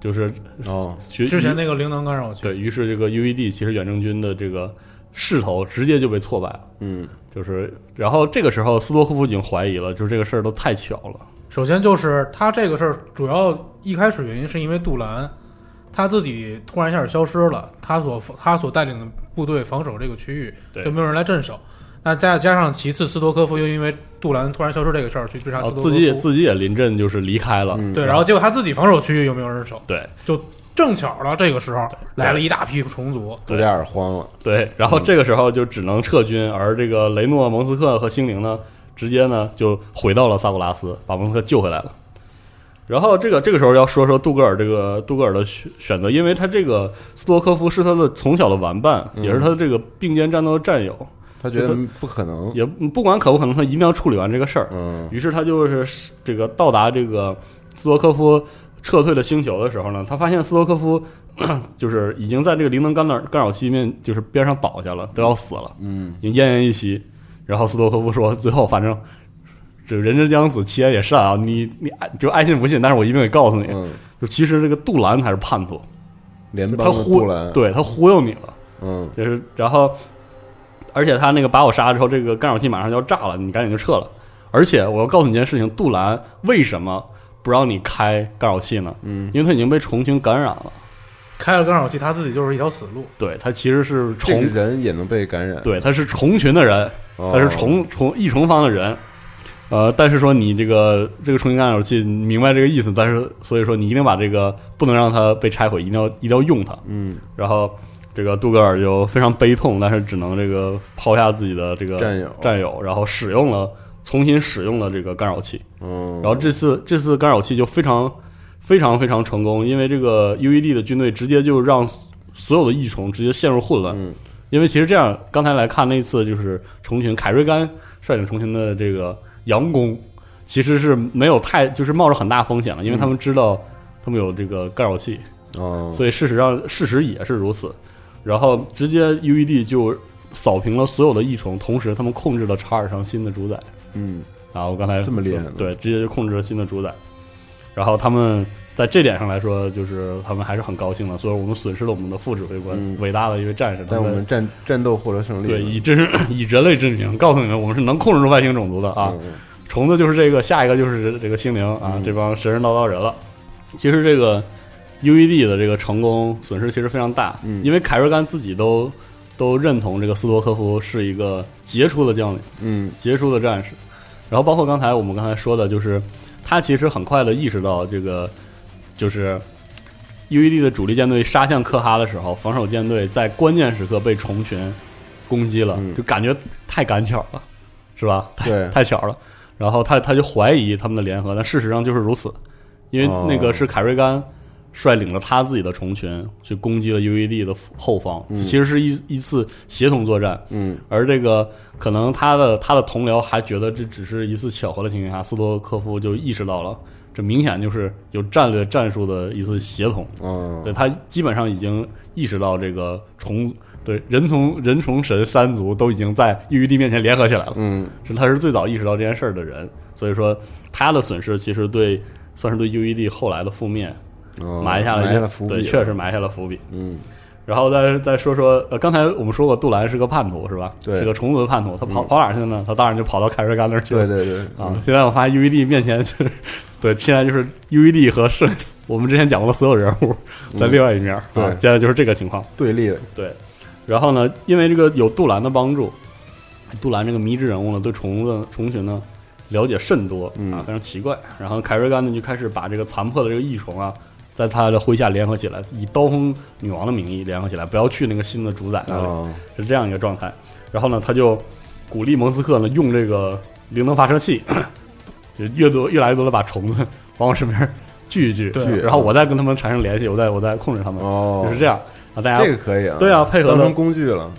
S4: 就是
S2: 哦，
S4: 学
S3: 之前那个灵能干扰器，
S4: 对于是这个 UED 其实远征军的这个势头直接就被挫败了。
S2: 嗯
S4: 就是，然后这个时候斯托科夫已经怀疑了，就是这个事儿都太巧了。
S3: 首先就是他这个事儿，主要一开始原因是因为杜兰他自己突然一下消失了，他所他所带领的部队防守这个区域
S4: 对
S3: 就没有人来镇守。那再加上其次，斯托科夫又因为杜兰突然消失这个事儿去追杀
S4: 然后
S3: 斯托
S4: 哦
S3: 科夫，
S4: 自己也自己也临阵就是离开了，
S2: 嗯
S3: 对，然后结果他自己防守区域又没有人守，
S4: 对
S3: 就正巧了，这个时候来了一大批虫族，
S2: 杜加尔慌了，
S4: 对，然后这个时候就只能撤军，而这个雷诺、蒙斯克和星灵呢，直接呢就回到了萨古拉斯，把蒙斯克救回来了。然后这个这个时候要说说杜格尔这个杜格尔的选选择，因为他这个斯托科夫是他的从小的玩伴，
S2: 嗯
S4: 也是他这个并肩战斗的战友，
S2: 他觉得
S4: 就
S2: 不可能，
S4: 也不管可不可能，他一定要处理完这个事儿。
S2: 嗯
S4: 于是他就是这个到达这个斯托科夫撤退的星球的时候呢，他发现斯托科夫 <clears throat> 就是已经在这个灵能干扰干扰器面就是边上倒下了，都要死了，
S2: 嗯
S4: 已经奄奄一息。然后斯托科夫说：“最后反正就人之将死，其言也善啊！你你爱就爱信不信，但是我一定得告诉你，
S2: 嗯，
S4: 就其实这个杜兰才是叛徒，
S2: 联邦
S4: 他
S2: 的
S4: 忽
S2: 杜兰，，
S4: 对他忽悠你了，
S2: 嗯
S4: 就是然后，而且他那个把我杀了之后，这个干扰器马上就要炸了，你赶紧就撤了。而且我要告诉你一件事情，杜兰为什么不让你开干扰器呢？
S2: 嗯，
S4: 因为他已经被虫群感染了，
S3: 开了干扰器，他自己就是一条死路。
S4: 对他其实是
S2: 这个
S4: 虫，
S2: 人也能被感染，
S4: 对他是虫群的人，
S2: 哦，
S4: 他是虫虫异虫方的人。呃，但是说你这个这个虫群干扰器，你明白这个意思，但是所以说你一定把这个不能让它被拆毁，一定要一定要用它。
S2: 嗯，
S4: 然后这个杜格尔就非常悲痛，但是只能这个抛下自己的这个
S2: 战友
S4: 嗯战友，然后使用了重新使用了这个干扰器。
S2: 嗯，
S4: 然后这次这次干扰器就非常非常非常成功，因为这个 UED 的军队直接就让所有的异虫直接陷入混乱。
S2: 嗯
S4: 因为其实这样，刚才来看那次就是虫群，凯瑞甘率领虫群的这个佯攻，其实是没有太就是冒着很大风险了，因为他们知道他们有这个干扰器，
S2: 哦，
S4: 所以事实上事实也是如此。然后直接 UED 就扫平了所有的异虫，同时他们控制了查尔上新的主宰。
S2: 嗯
S4: 然后刚才
S2: 这么厉害呢
S4: 对，直接就控制了新的主宰。然后他们在这点上来说，就是他们还是很高兴的。虽然我们损失了我们的副指挥官，
S2: 嗯
S4: 伟大的一位战士，他
S2: 但我们战战斗获得胜利了，
S4: 对以真 <laughs> 以人类之名告诉你们，我们是能控制住外星种族的啊。
S2: 嗯，
S4: 虫子就是这个，下一个就是这个心灵啊，
S2: 嗯
S4: 这帮神神叨叨人了。其实这个 UED 的这个成功损失其实非常大，
S2: 嗯
S4: 因为凯瑞甘自己都都认同这个斯多科夫是一个杰出的将领。
S2: 嗯
S4: 杰出的战士。然后包括刚才我们刚才说的，就是他其实很快的意识到这个，就是 UED 的主力舰队杀向克哈的时候，防守舰队在关键时刻被虫群攻击了，
S2: 嗯
S4: 就感觉太赶巧了，是吧？太
S2: 对
S4: 太巧了。然后他他就怀疑他们的联合，但事实上就是如此，因为
S2: 哦
S4: 那个是凯瑞甘率领了他自己的虫群去攻击了 UED 的后方，
S2: 嗯
S4: 其实是一一次协同作战。
S2: 嗯
S4: 而这个可能他的他的同僚还觉得这只是一次巧合的情况下，斯多科夫就意识到了，这明显就是有战略战术的一次协同。
S2: 哦，
S4: 对他基本上已经意识到这个虫对人从人虫神三族都已经在玉玉帝面前联合起来了，
S2: 嗯
S4: 是他是最早意识到这件事儿的人，所以说他的损失其实对算是对 UED 后来的负面
S2: 哦
S4: 埋下了一
S2: 埋
S4: 些
S2: 下了伏笔，
S4: 对，确实，埋下了伏笔。
S2: 嗯
S4: 然后再再说说，呃，刚才我们说过，杜兰是个叛徒，是吧？
S2: 对
S4: 是个虫族的叛徒。他跑、
S2: 嗯
S4: 跑哪儿去了呢？他当然就跑到凯瑞甘那儿去了。
S2: 对对对，嗯
S4: 啊！现在我发现 UED 面前就是，对，现在就是 UED 和圣，我们之前讲过的所有人物在另外一面。
S2: 嗯对
S4: 啊，现在就是这个情况。
S2: 对立的，
S4: 对，然后呢，因为这个有杜兰的帮助，杜兰这个迷之人物呢，对虫子虫群呢了解甚多、
S2: 嗯
S4: 啊，非常奇怪。然后凯瑞甘呢就开始把这个残破的这个异虫啊，在他的麾下联合起来，以刀锋女王的名义联合起来，不要去那个新的主宰那里，
S2: 哦，
S4: 是这样一个状态。然后呢，他就鼓励蒙斯克呢用这个灵能发射器，就越多越来越多的把虫子 <laughs> 往我身边聚一聚，
S3: 对
S2: 聚
S4: 然后我再跟他们产生联系，我再我再控制他们，
S2: 哦，
S4: 就是这样啊，大家
S2: 这个可以啊，
S4: 对啊配合
S2: 当
S4: 的
S2: 成工具了，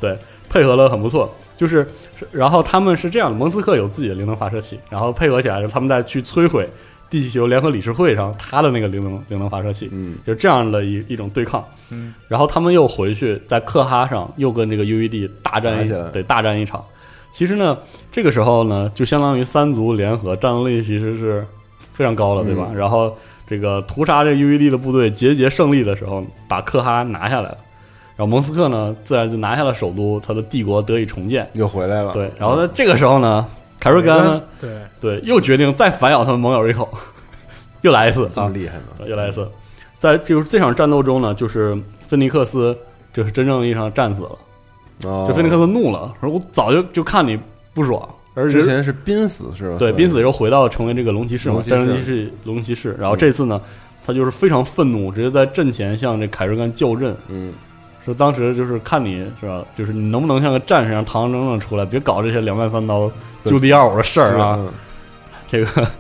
S4: 配合的很不错。就是，是然后他们是这样的，蒙斯克有自己的灵能发射器，然后配合起来，他们再去摧毁地球联合理事会上他的那个灵能灵能发射器，
S2: 嗯
S4: 就这样的一一种对抗。
S3: 嗯，
S4: 然后他们又回去在克哈上又跟这个 UED 大战
S2: 打
S4: 一
S2: 起来
S4: 对大战一场。其实呢，这个时候呢，就相当于三族联合，战斗力其实是非常高了，对吧？
S2: 嗯
S4: 然后这个屠杀这个 UED 的部队节节胜利的时候，把克哈拿下来了。然后蒙斯克呢，自然就拿下了首都，他的帝国得以重建。
S2: 又回来了，
S4: 对，然后呢，这个时候呢，凯瑞甘呢，
S3: 对，
S4: 对，又决定再反咬他们盟友一口， <laughs> 又来一次
S2: 这
S4: 啊
S2: 么，厉害呢，
S4: 又来一次。在就是这场战斗中呢，就是芬尼克斯就是真正意义上战死了，
S2: 哦，
S4: 就芬尼克斯怒了，说我早就就看你不爽，而且
S2: 之前是濒死是吧？
S4: 对
S2: 算
S4: 濒死之后回到成为这个龙骑士嘛，
S2: 龙骑士嗯
S4: 战争骑士龙骑士，然后这次呢，他就是非常愤怒，直接在阵前向这凯瑞甘叫阵，
S2: 嗯
S4: 说当时就是看你是吧，就是你能不能像个战士一样堂堂正正出来，别搞这些两面三刀揪地二五的事儿啊。，这个 <laughs>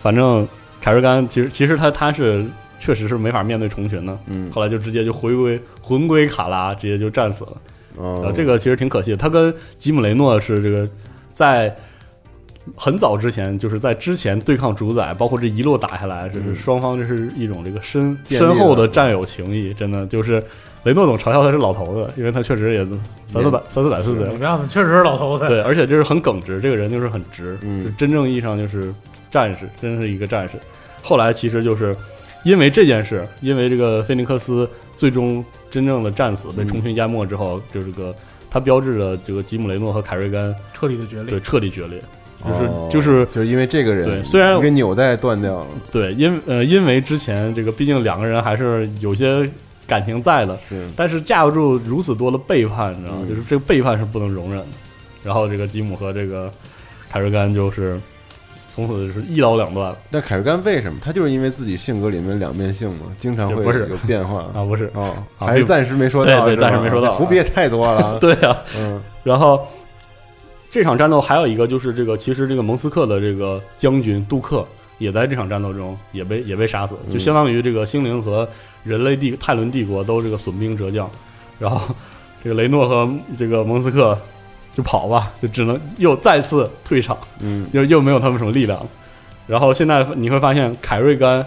S4: 反正凯瑞甘其实其实他他是确实是没法面对虫群的，
S2: 嗯，
S4: 后来就直接就回归魂归卡拉，直接就战死了。然
S2: 哦
S4: 后，这个其实挺可惜的，他跟吉姆雷诺是这个在很早之前，就是在之前对抗主宰，包括这一路打下来，这是双方这是一种这个深
S2: 建立了
S4: 深厚的战友情谊，真的就是雷诺总嘲笑他是老头子，因为他确实也三四百三四百岁
S3: 你
S4: 的，
S3: 们样子确实是老 <laughs> 头子。
S4: 对，而且就是很耿直，这个人就是很直，
S2: 嗯
S4: 就真正意义上就是战士，真是一个战士。后来其实就是因为这件事，因为这个菲尼克斯最终真正的战死，被冲群淹没之后，就这个他标志着这个吉姆雷诺和凯瑞甘
S3: 彻底的决裂
S4: 对。彻底决裂，就是、
S2: 哦
S4: 就是
S2: 就是因为这个人，
S4: 对虽然
S2: 一个纽带断掉了，
S4: 对，因呃因为之前这个毕竟两个人还是有些感情在的，
S2: 是
S4: 但是架不住如此多的背叛，你知道吗？
S2: 嗯
S4: 就是这个背叛是不能容忍的。然后这个吉姆和这个凯瑞甘就是从此就是一刀两断了
S2: 但凯瑞甘为什么？他就是因为自己性格里面两面性嘛，经常会
S4: 不是
S2: 有变化。
S4: 啊，不是？
S2: 哦，
S4: 啊
S2: 还是
S4: 并
S2: 暂时没说到，
S4: 对对
S2: 是吧
S4: 暂时没说到。
S2: 伏笔也太多了
S4: 对呀、
S2: 嗯
S4: 然后这场战斗还有一个就是这个，其实这个蒙斯克的这个将军杜克也在这场战斗中也被也被杀死，
S2: 嗯
S4: 就相当于这个星灵和人类帝泰伦帝国都这个损兵折将，然后这个雷诺和这个蒙斯克就跑吧，就只能又再次退场，
S2: 嗯，
S4: 又又没有他们什么力量。然后现在你会发现凯瑞甘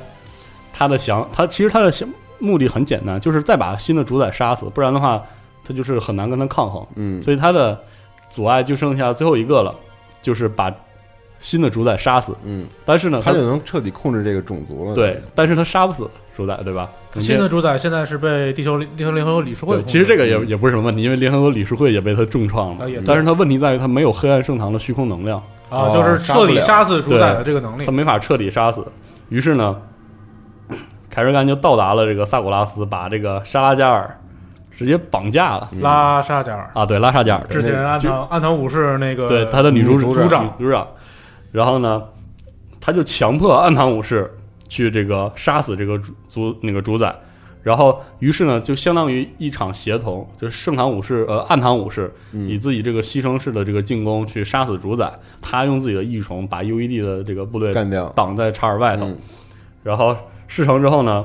S4: 他的想他其实他的想目的很简单，就是再把新的主宰杀死，不然的话他就是很难跟他抗衡。
S2: 嗯，
S4: 所以他的阻碍就剩下最后一个了，就是把新的主宰杀死。
S2: 嗯，
S4: 但是呢，
S2: 他
S4: 他
S2: 就能彻底控制这个种族了。
S4: 对，，但是他杀不死主宰，对吧？
S3: 新的主宰现在是被地球联地球联合国理事会
S4: 对，
S3: 控制。
S4: 其实这个也
S2: 嗯
S4: 也不是什么问题，因为联合国理事会也被他重创了
S3: 啊也。对
S4: 但是他问题在于他没有黑暗圣堂的虚空能量，
S3: 啊，
S2: 哦
S3: 就是彻底杀死主宰
S4: 对
S3: 的这个能力
S4: 他。没法彻底杀死。于是呢，凯瑞甘就到达了这个萨古拉斯，把这个莎拉加尔直接绑架了。
S3: 拉沙加尔
S4: 啊，对，拉沙加尔，对
S3: 之前暗
S4: 就
S3: 堂暗堂武士那个
S4: 对，他的女
S2: 呃女
S4: 主
S2: 组
S4: 组
S3: 长
S4: 组长，然后呢，他就强迫暗堂武士去这个杀死这个主主那个主宰，然后于是呢，就相当于一场协同，就是盛唐武士呃暗堂武士
S2: 嗯
S4: 以自己这个牺牲式的这个进攻去杀死主宰，他用自己的异虫把 UED 的这个部队
S2: 干掉。
S4: 挡在查尔外头，
S2: 嗯
S4: 然后事成之后呢，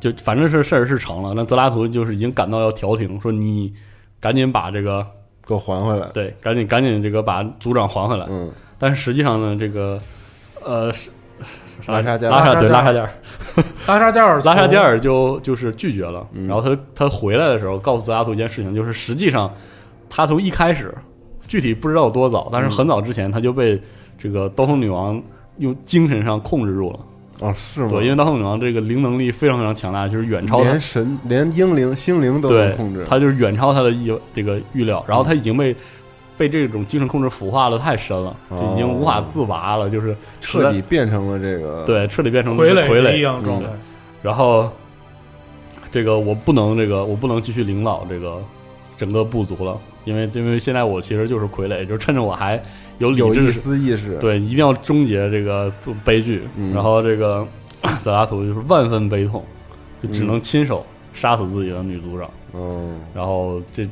S4: 就反正是事儿是成了，那泽拉图就是已经赶到要调停，说你赶紧把这个
S2: 给我还回来。
S4: 对，赶紧赶紧这个把组长还回来。
S2: 嗯，
S4: 但是实际上呢，这个呃，是
S2: 拉沙加尔
S4: 拉
S3: 拉
S4: 沙
S3: 沙
S4: 对
S3: 加
S4: 拉沙
S3: 尔
S4: 加尔，
S3: 拉沙加尔
S4: 拉沙加
S3: 尔
S4: 尔就就是拒绝了。
S2: 嗯
S4: 然后他他回来的时候，告诉泽拉图一件事情，就是实际上他从一开始，具体不知道有多早，但是
S2: 嗯
S4: 很早之前他就被这个刀锋女王用精神上控制住了。
S2: 哦，是吗？
S4: 对，因为刀锋女王这个灵能力非常非常强大，就是远超他
S2: 连神、连英灵、心灵都
S4: 对
S2: 能控制。
S4: 他就是远超他的意这个预料，然后他已经被、被这种精神控制腐化的太深了，就已经无
S2: 哦
S4: 法自拔了，就是
S2: 彻底变成了这个，
S4: 对彻底变成
S3: 傀儡
S4: 傀
S3: 一
S4: 儡。嗯
S3: 样状态。
S4: 然后这个我不能这个我不能继续领导这个整个部族了，因为因为现在我其实就是傀儡，就趁着我还有理
S2: 有
S4: 智
S2: 一
S4: 的时
S2: 丝意识。，
S4: 对，一定要终结这个悲剧。
S2: 嗯
S4: 然后这个 <clears throat> 泽拉图就是万分悲痛，就只能亲手杀死自己的女族长。
S2: 嗯，
S4: 然后这，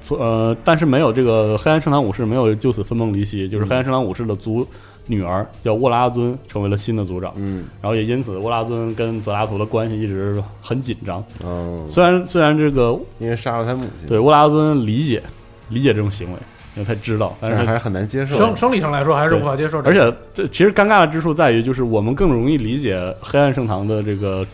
S4: 所呃，但是没有这个黑暗圣堂武士没有就此分崩离析，
S2: 嗯
S4: 就是黑暗圣堂武士的族女儿叫沃拉尊成为了新的族长，
S2: 嗯，
S4: 然后也因此沃拉尊跟泽拉图的关系一直很紧张。
S2: 嗯，
S4: 虽然虽然这个
S2: 因为杀了他母亲，
S4: 对沃拉尊理解理解这种行为，因为他知道，但
S2: 但是
S4: 是
S2: 还是很难接受。
S3: 生生理上来说还是无法接受这
S4: 而
S3: 个，
S4: 且这其实尴尬的之处在于，就是我们更容易理解黑暗圣堂的这个。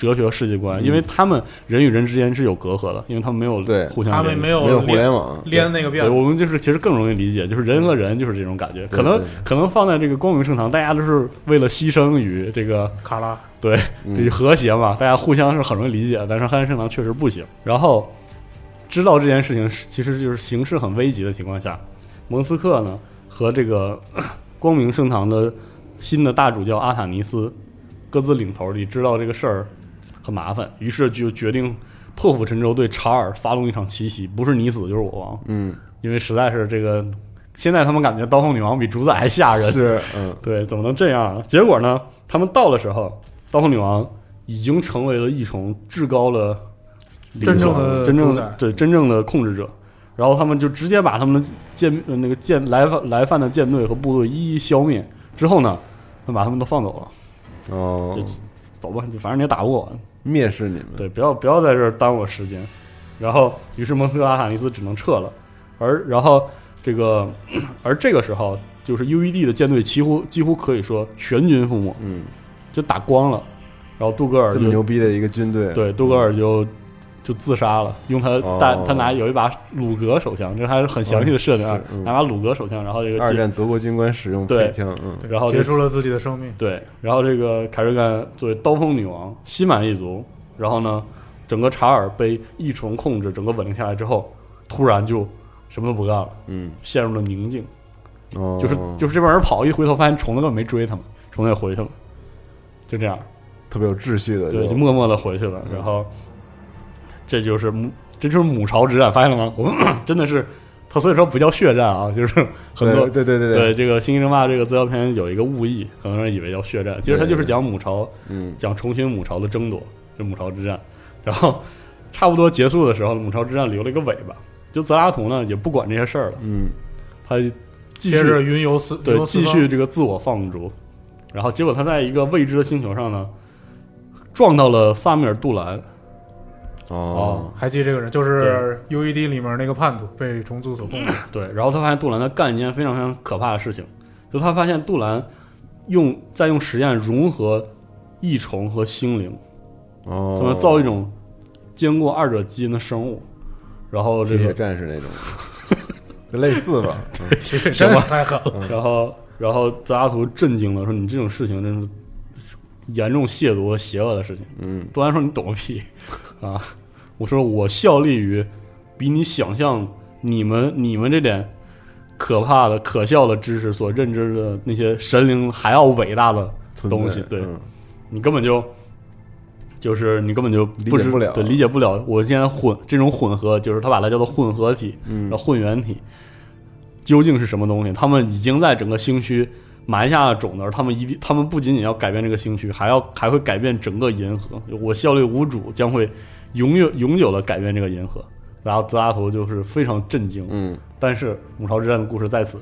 S4: 哲学和世界观，因为他们人与人之间是有隔阂的，因为他们没有
S2: 嗯对
S4: 互相
S3: 他
S4: 嗯连
S3: 们
S4: 接
S3: 没
S2: 没有
S3: 有
S2: 互联网，
S3: 连那个辫
S4: 对，
S3: 儿，
S4: 我们就是其实更容易理解，就是人和人就是这种感觉。可能
S2: 嗯对
S4: 可能放在这个光明圣堂，大家都是为了牺牲与这个
S3: 卡拉
S4: 对与
S2: 嗯
S4: 和谐嘛，大家互相是很容易理解。但是黑暗圣堂确实不行。然后知道这件事情是，其实就是形势很危急的情况下，蒙斯克呢和这个 <coughs> 呃光明圣堂的新的大主教阿塔尼斯各自领头里知道这个事儿很麻烦，于是就决定破釜沉舟，对查尔发动一场奇袭，不是你死就是我亡。
S2: 嗯，
S4: 因为实在是这个，现在他们感觉刀锋女王比主宰还吓人。
S2: 是嗯
S4: <laughs> 对，怎么能这样啊？结果呢，他们到的时候，刀锋女王已经成为了异虫至高的领袖
S3: 真正的
S4: 真正
S3: 主宰
S4: 对真正的控制者。然后他们就直接把他们的舰呃那个舰来犯来犯的舰队和部队一一消灭。之后呢，他们把他们都放走了，
S2: 哦
S4: 就，走吧，就反正你也打不过我，
S2: 嗯蔑视你们，
S4: 对，不要不要在这儿耽误我时间。然后，于是蒙斯克阿塔尼斯只能撤了，而然后这个，而这个时候，就是 UED 的舰队几乎几乎可以说全军覆没，
S2: 嗯，
S4: 就打光了。然后杜格尔
S2: 这么
S4: 就
S2: 牛逼的一个军队，
S4: 对杜格尔就就自杀了，用他
S2: 哦
S4: 带他拿有一把鲁格手枪，这还是很详细的设定啊
S2: 哦是，嗯
S4: 拿把鲁格手枪，然后这个
S2: 二
S4: 进
S2: 战德国军官使用
S4: 哦对
S2: 配枪，嗯，
S4: 然后就
S3: 结束了自己的生命。
S4: 对，然后这个凯瑞甘作为刀锋女王心满意足，然后呢，整个查尔被异虫控制，整个稳定下来之后，突然就什么都不干了，
S2: 嗯，
S4: 陷入了宁静。
S2: 哦，
S4: 就是就是这帮人跑，一回头发现虫子根本没追他们，虫子也回去了，就这样，
S2: 特别有秩序的，
S4: 对，
S2: 就
S4: 就默默的回去了。
S2: 嗯
S4: 然后这就是母这就是母巢之战，发现了吗？ <coughs> 我们真的是，他所以说不叫血战啊，就是很多
S2: 对对对对
S4: 对，这个《星际争霸》这个资料片有一个误译，很多人以为叫血战，其实它就是讲母巢，
S2: 嗯
S4: 讲重新母巢的争夺，就母巢之战。然后差不多结束的时候，母巢之战留了一个尾巴。就泽拉图呢，也不管这些事儿了，
S2: 嗯，
S4: 他继
S3: 接着
S4: 续
S3: 云游四，云
S4: 对
S3: 游四
S4: 继
S3: 方
S4: 续这个自我放逐。然后结果他在一个未知的星球上呢，撞到了萨米尔·杜兰，
S2: 哦，
S3: 还记得这个人，就是 UED 里面那个叛徒，被虫族所控 <laughs> 制。
S4: 对，然后他发现杜兰在干一件非常非常可怕的事情，就他发现杜兰用在用实验融合异虫和心灵。
S2: 哦，
S4: 他们造一种经过二者基因的生物，然后这
S2: 铁血
S4: 个，
S2: 战士那种，就类似 <laughs> 吧，嗯
S3: 这真的太狠了，
S4: 然后然后泽拉图震惊了，说你这种事情真是严重亵渎和邪恶的事情。
S2: 嗯
S4: 杜兰说你懂个屁 <laughs> 啊！我说我效力于比你想象你们你们这点可怕的可笑的知识所认知的那些神灵还要伟大的，
S2: 存在
S4: 东西对
S2: 嗯
S4: 你根本就。就是你根本就不
S2: 理解
S4: 知
S2: 不了
S4: 对，理解不了。我现在混这种混合，就是他把它叫做混合体，
S2: 嗯
S4: 然后混元体究竟是什么东西？他们已经在整个星区埋下了种子，而他们一定，他们不仅仅要改变这个星区，还要还会改变整个银河。我效率无主将会永远永久的改变这个银河。然后泽拉图就是非常震惊，
S2: 嗯
S4: 但是母巢之战的故事在此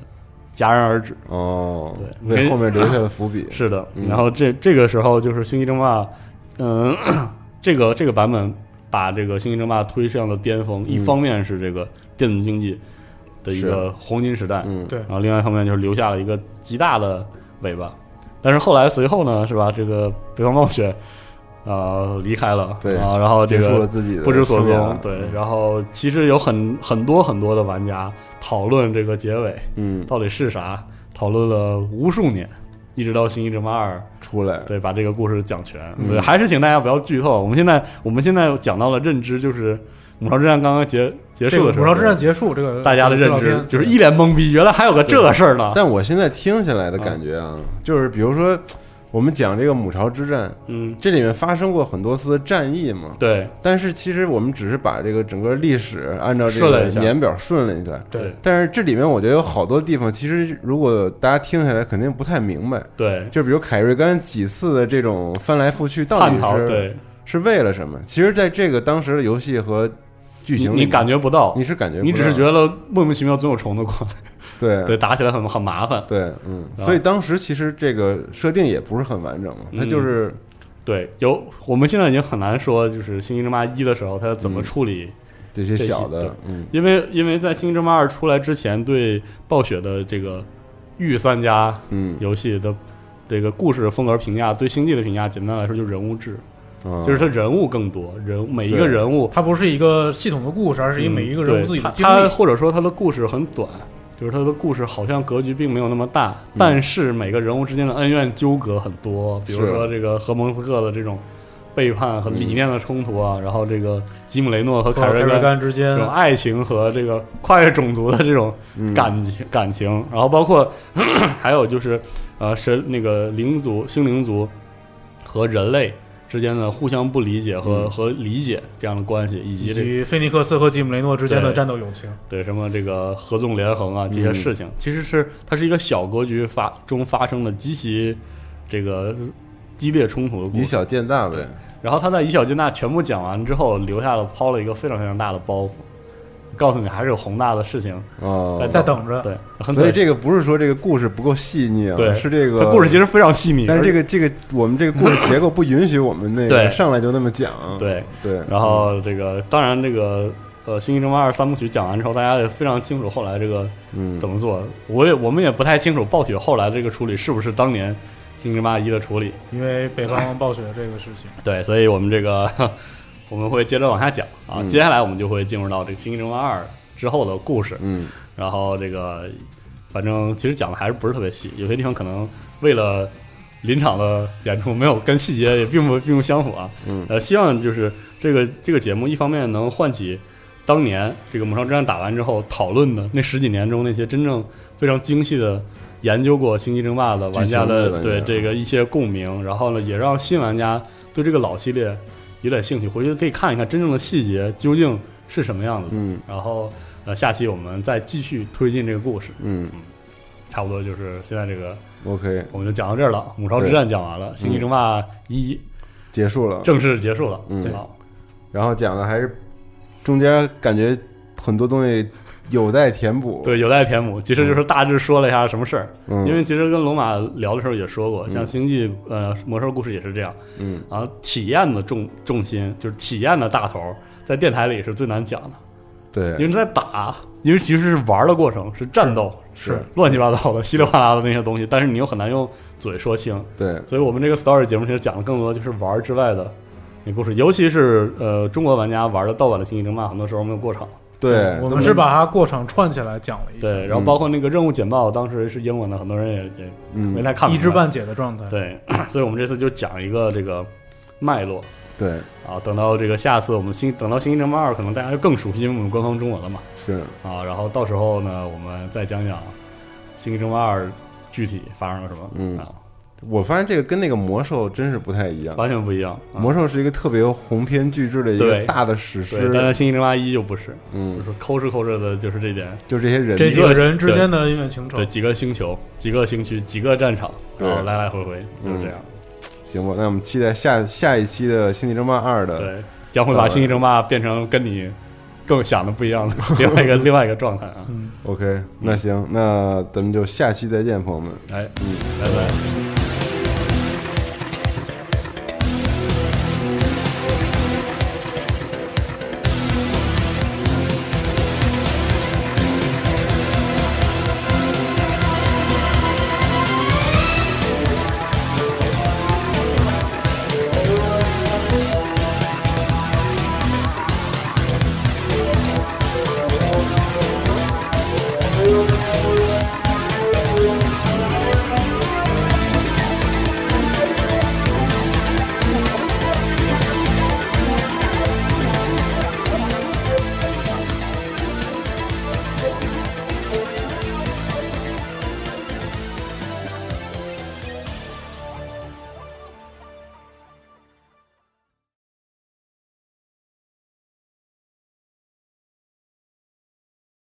S4: 戛然而止。
S2: 哦，
S4: 对
S2: 为后面留下 <laughs> 的伏笔，
S4: 是的，
S2: 嗯
S4: 然后这这个时候就是《星际争霸》，嗯， <clears throat> 这个这个版本把这个《星际争霸》推向了巅峰。一
S2: 嗯
S4: 方面是这个电子竞技的一个黄金时代，
S2: 嗯
S3: 对
S4: 然后另外一方面就是留下了一个极大的尾巴。但是后来随后呢，是吧？这个北方暴雪呃离开了，
S2: 对
S4: 啊，然后这
S2: 结束了
S4: 个
S2: 自己的嗯
S4: 不知所
S2: 生涯
S4: 踪，对。然后其实有很很多很多的玩家讨论这个结尾
S2: 嗯，
S4: 到底是啥，讨论了无数年，一直到《星际争霸二》
S2: 出来，
S4: 对，把这个故事讲全。
S2: 嗯
S4: 对，还是请大家不要剧透。我们现在我们现在讲到了认知，就是母巢之战刚刚结结
S3: 这
S4: 束
S3: 个
S4: 的时
S3: 五
S4: 候，
S3: 朝之战结束，这个
S4: 大家的
S3: 这个
S4: 认
S3: 纪录
S4: 知
S3: 片
S4: 就是一脸懵逼，原来还有个这个事儿呢。
S2: 但我现在听下来的感觉啊，就是比如说我们讲这个母巢之战，
S4: 嗯，
S2: 这里面发生过很多次战役嘛，
S4: 对
S2: 但是其实我们只是把这个整个历史按照这
S4: 顺
S2: 个
S4: 了一下
S2: 年表顺了一下。
S3: 对
S2: 但是这里面我觉得有好多地方，其实如果大家听下来肯定不太明白，
S4: 对，
S2: 就比如凯瑞甘几次的这种翻来覆去，到
S4: 探
S2: 底
S4: 讨
S2: 是
S4: 对，
S2: 是为了什么？其实，在这个当时的游戏和剧
S4: 你
S2: 情里
S4: 你感觉不到
S2: 你，是感觉不
S4: 你只是
S2: 到
S4: 觉得莫名其妙总有虫子过来，
S2: 对
S4: 对，打起来很很麻烦。
S2: 对，嗯，
S4: 啊
S2: 所以当时其实这个设定也不是很完整嘛，它
S4: 嗯
S2: 就是
S4: 对，有我们现在已经很难说，就是《星际争霸一》的时候它怎么
S2: 嗯
S4: 处理
S2: 这些
S4: 这些
S2: 小
S4: 对
S2: 的，嗯，
S4: 因为因为在《星际争霸二》出来之前，对暴雪的这个御三家
S2: 嗯，
S4: 游戏的这个故事风格评价，对《星际》的评价，简单来说就是人物制，
S2: 啊
S4: 就是它人物更多，人每一
S2: 对
S4: 个人物，
S3: 它不是一个系统的故事，而是以
S4: 嗯
S3: 每一个人
S4: 对
S3: 物自己的
S4: 他
S3: 经
S4: 他
S3: 历。
S4: 或者说他的故事很短，就是他的故事好像格局并没有那么大，
S2: 嗯
S4: 但是每个人物之间的恩怨纠葛很多，比如
S2: 是
S4: 说这个和蒙斯克的这种背叛和理念的冲突啊，然后这个吉姆雷诺和
S3: 和
S4: 凯
S3: 哦凯
S4: 瑞
S3: 瑞
S4: 甘
S3: 甘之间
S4: 这种爱情和这个跨越种族的这种
S2: 嗯
S4: 感情、感情，然后包括 <clears throat> 还有就是呃神那个灵族、星灵族和人类之间的互相不理解和、
S2: 嗯
S4: 和理解这样的关系，以及
S3: 以
S4: 这个
S3: 及菲尼克斯和吉姆雷诺之间的
S4: 对
S3: 战斗友情，
S4: 对什么这个合纵连横
S2: 嗯
S4: 啊这些事情，其实是它是一个小格局发中发生的极其这个激烈冲突的故
S2: 以
S4: 事。
S2: 小见大呗，
S4: 然后他在以小见大全部讲完之后，留下了抛了一个非常非常大的包袱，告诉你还是有宏大的事情
S2: 哦，
S4: 在
S3: 在等着。
S4: 对，很
S2: 所以
S4: 短
S2: 这个不是说这个故事不够细腻啊，
S4: 对
S2: 是这
S4: 它
S2: 个
S4: 故事其，实非常细腻，
S2: 但是这
S4: 个
S2: 个这个我们这个故事结构不允许我们那个
S4: 对
S2: 上来就那么讲，
S4: 对，
S2: 对，
S4: 然后这个当然这个呃《星际争霸二》三部曲讲完之后，大家也非常清楚后来这个
S2: 嗯
S4: 怎么做。我也我们也不太清楚暴雪后来这个处理是不是当年《星际争霸一》的处理。
S3: 因为北方暴雪这个事情，
S4: 对，所以我们这个 <laughs> 我们会接着往下讲啊。
S2: 嗯
S4: 接下来我们就会进入到这个《星际争霸二》之后的故事，
S2: 嗯
S4: 然后这个反正其实讲的还是不是特别细，有些地方可能为了临场的演出没有跟细节也并不并不相符啊。
S2: 嗯
S4: 呃，希望就是这个这个节目一方面能唤起当年这个《魔兽之战》打完之后讨论的那十几年中那些真正非常精细的。研究过《星际争霸》的玩家
S2: 剧情的
S4: 的
S2: 玩家
S4: 对这个一些共鸣，然后呢，也让新玩家对这个老系列有点兴趣，回去可以看一看真正的细节究竟是什么样子的。
S2: 嗯
S4: 然后呃，下期我们再继续推进这个故事，
S2: 嗯
S4: 差不多就是现在这个
S2: ，OK，
S4: 我们就讲到这儿了。母巢之战讲完了，星际争霸一
S2: 结束了。
S4: 正式结束了，
S2: 嗯
S4: 对
S2: 然后讲的还是中间感觉很多东西有待填补。，
S4: 对，有待填补。其实就是大致说了一下什么事儿，
S2: 嗯，
S4: 因为其实跟龙马聊的时候也说过，
S2: 嗯
S4: 像星际呃魔兽故事也是这样，
S2: 嗯
S4: 然后体验的重重心就是体验的大头儿，在电台里是最难讲的。因
S2: 对，
S4: 为在打，因为其实是玩的过程，是战斗，
S3: 是是
S4: 乱七八糟的、稀里哗啦的那些东西，但是你又很难用嘴说清。
S2: 对，
S4: 所以我们这个 story 节目其实讲的更多就是玩之外的那故事，尤其是呃中国玩家玩的盗版的《星际争霸》，很多时候没有过场。
S2: 对，
S3: 我们是把它过场串起来讲了一下，
S4: 对，然后包括那个任务简报，当时是英文的，很多人也也没
S2: 嗯，
S4: 太看明白。
S3: 一知半解的状态。
S4: 对，所以我们这次就讲一个这个脉络。
S2: 对，
S4: 啊，等到这个下次我们星等到《星际争霸二》，可能大家就更熟悉，因为我们官方中文了嘛。
S2: 是，
S4: 啊，然后到时候呢，我们再讲讲《星际争霸二》具体发生了什么，
S2: 嗯
S4: 啊，
S2: 我发现这个跟那个魔兽真是不太一样。
S4: 完全不一样。啊
S2: 魔兽是一个特别鸿篇巨制的一个
S4: 对
S2: 大的史
S4: 对，
S2: 诗，
S4: 但是《星际争霸一》就不是，就
S2: 嗯，
S4: 是抠哧抠哧的，就是这点，
S2: 就这些人，
S3: 这几个人之间的恩怨情仇
S4: 对，几个星球、几个星区、几个战场，
S2: 对
S4: 然后来来回回就是这样。
S2: 行吧？那我们期待下下一期的《星际争霸二》的，
S4: 对，将会把《星际争霸》变成跟你更想的不一样的另外一个另外一个状态啊！
S2: OK，那行，那咱们就下期再见，朋友们。
S4: 哎，拜拜。